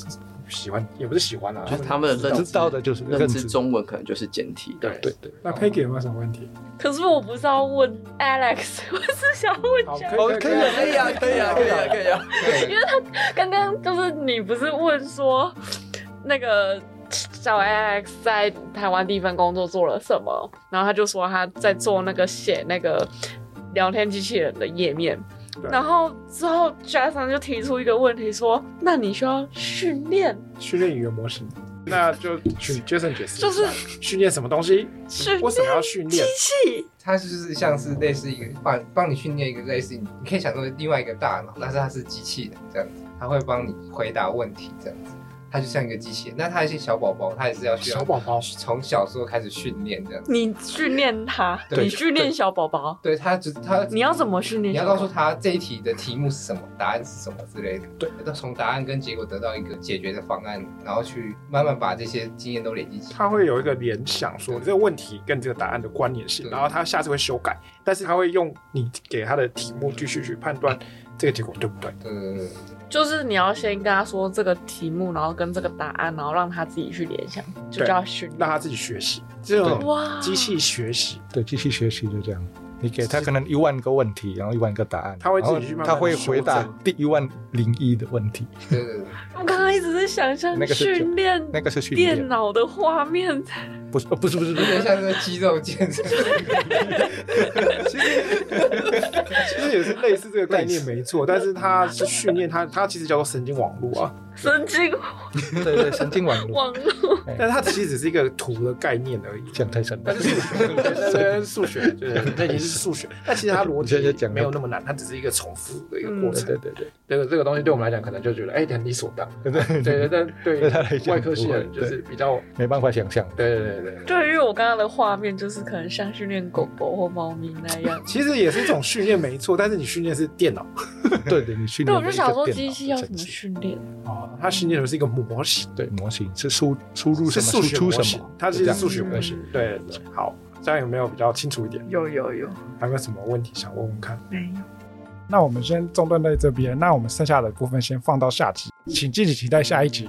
Speaker 2: 喜欢，也不是喜欢啊，
Speaker 4: 就是他们的认
Speaker 3: 知
Speaker 4: 知
Speaker 3: 道的就是
Speaker 4: 认
Speaker 3: 认
Speaker 4: 知
Speaker 3: 知。
Speaker 4: 中文可能就是简体的，
Speaker 2: 对
Speaker 3: 对对，
Speaker 4: 哦
Speaker 2: 那 Peggy 有没有什么问题？
Speaker 6: 可是我不是要问 Alex，我 是想问
Speaker 2: 好，
Speaker 6: Jason
Speaker 2: 可以
Speaker 4: 可以啊，可以啊，可以啊，可以啊，可以啊。
Speaker 6: 刚刚就是你不是问说 那个 小 Alex 在台湾第一份工作做了什么？然后他就说他在做那个写那个 聊天机器人的页面。
Speaker 2: 对
Speaker 6: 然后之后，Jason 就提出一个问题说：“那你需要训练，
Speaker 2: 训练语言模型。那就请 Jason 解释一下，
Speaker 6: 就是
Speaker 2: 训练什么东西？
Speaker 6: 训
Speaker 2: 为什么要训
Speaker 6: 机
Speaker 2: 练？
Speaker 6: 器
Speaker 5: 它就是像是类似一个帮帮你训练一个类似，你可以想成另外一个大脑，但是它是机器人这样子，它会帮你回答问题这样子，它就像一个机器人。那它一些小宝宝，它也是要需
Speaker 2: 小
Speaker 5: 要
Speaker 2: 宝宝
Speaker 5: 从小时候开始训练这样子。
Speaker 6: 你训练他，
Speaker 5: 对
Speaker 6: 你训练小宝宝，
Speaker 5: 对，它只它
Speaker 6: 你要怎么训练
Speaker 5: 你
Speaker 6: 小
Speaker 5: 要
Speaker 6: 宝宝？
Speaker 5: 告诉他这一题的题目是什么，答案是什么之类的。对，那从答案跟结果得到一个解决的方案，然后去慢慢把这些经验都累积起来。
Speaker 2: 他会有一个联想，说你这个问题跟这个答案的关联性，
Speaker 5: 对
Speaker 2: 然后他下次会修改，但是他会用你给他的题目继续去判断这个结果对不对。
Speaker 5: 对对对对
Speaker 6: 就是你要先跟他说这个题目，然后跟这个答案，然后让他自己去联想，就
Speaker 2: 对
Speaker 6: 叫训练。
Speaker 2: 让他自己学习，这种
Speaker 6: 哇，
Speaker 2: 机器学习，
Speaker 3: 对，机器学习就这样。你给他可能一万个问题，然后一万个答案，
Speaker 2: 他会自己
Speaker 3: 然后
Speaker 2: 去慢慢
Speaker 3: 他会
Speaker 2: 修
Speaker 3: 回答
Speaker 2: 正
Speaker 3: 第一万零一的问题，
Speaker 5: 对对对。
Speaker 6: 我刚刚一直在想象
Speaker 3: 那个是
Speaker 6: 训练
Speaker 3: 那个是训
Speaker 6: 电
Speaker 3: 练，
Speaker 6: 脑的画面，
Speaker 3: 不是呃不是不是 不
Speaker 5: 有点
Speaker 3: 是，
Speaker 5: 像是肌肉健身，
Speaker 2: 其实也是类似这个概念没错，但是它是训练它，它其实叫做神经网络啊，
Speaker 6: 神经
Speaker 3: 对对，神经网络，
Speaker 6: 网络。
Speaker 2: 但它其实只是一个图的概念而已。
Speaker 3: 讲太深了
Speaker 2: 但。是 对数学，对，那已经是数学。但其实它逻辑没有那么难，它只是一个重复的一个过
Speaker 3: 对
Speaker 2: 程
Speaker 3: 对。对对，
Speaker 2: 这个这个东西对我们来讲，可能就觉得哎，很理所 当然。
Speaker 3: 对对
Speaker 2: 对对，但
Speaker 3: 对他来
Speaker 2: 对
Speaker 3: 讲
Speaker 2: 外科系的人就是比较，
Speaker 3: 没办法想象。
Speaker 2: 对对对对。对
Speaker 6: 对，因为我刚刚的画面就是可能像训练狗狗或猫咪那样。
Speaker 2: 其实也是一种训练，没错，但是你训练是电脑
Speaker 3: 对对，你训
Speaker 6: 对，
Speaker 3: 练
Speaker 6: 我就想说
Speaker 3: 了一个电
Speaker 6: 机
Speaker 3: 脑
Speaker 6: 器要
Speaker 3: 的
Speaker 6: 怎么
Speaker 3: 程式
Speaker 6: 训练？
Speaker 2: 哦，它训练的是一个模型，
Speaker 3: 对模型是输输入什
Speaker 2: 是数
Speaker 3: 么输
Speaker 2: 学
Speaker 3: 出
Speaker 2: 模
Speaker 3: 什
Speaker 2: 型
Speaker 3: 么，，
Speaker 2: 它
Speaker 3: 就是这样
Speaker 2: 数学模型。对，对对好，这样有没有比较清楚一点？
Speaker 6: 有有有，
Speaker 2: 还有没有什么问题想问问看？
Speaker 6: 没有。
Speaker 2: 那我们先中断在这边，那我们剩下的部分先放到下集，请敬请期待下一集。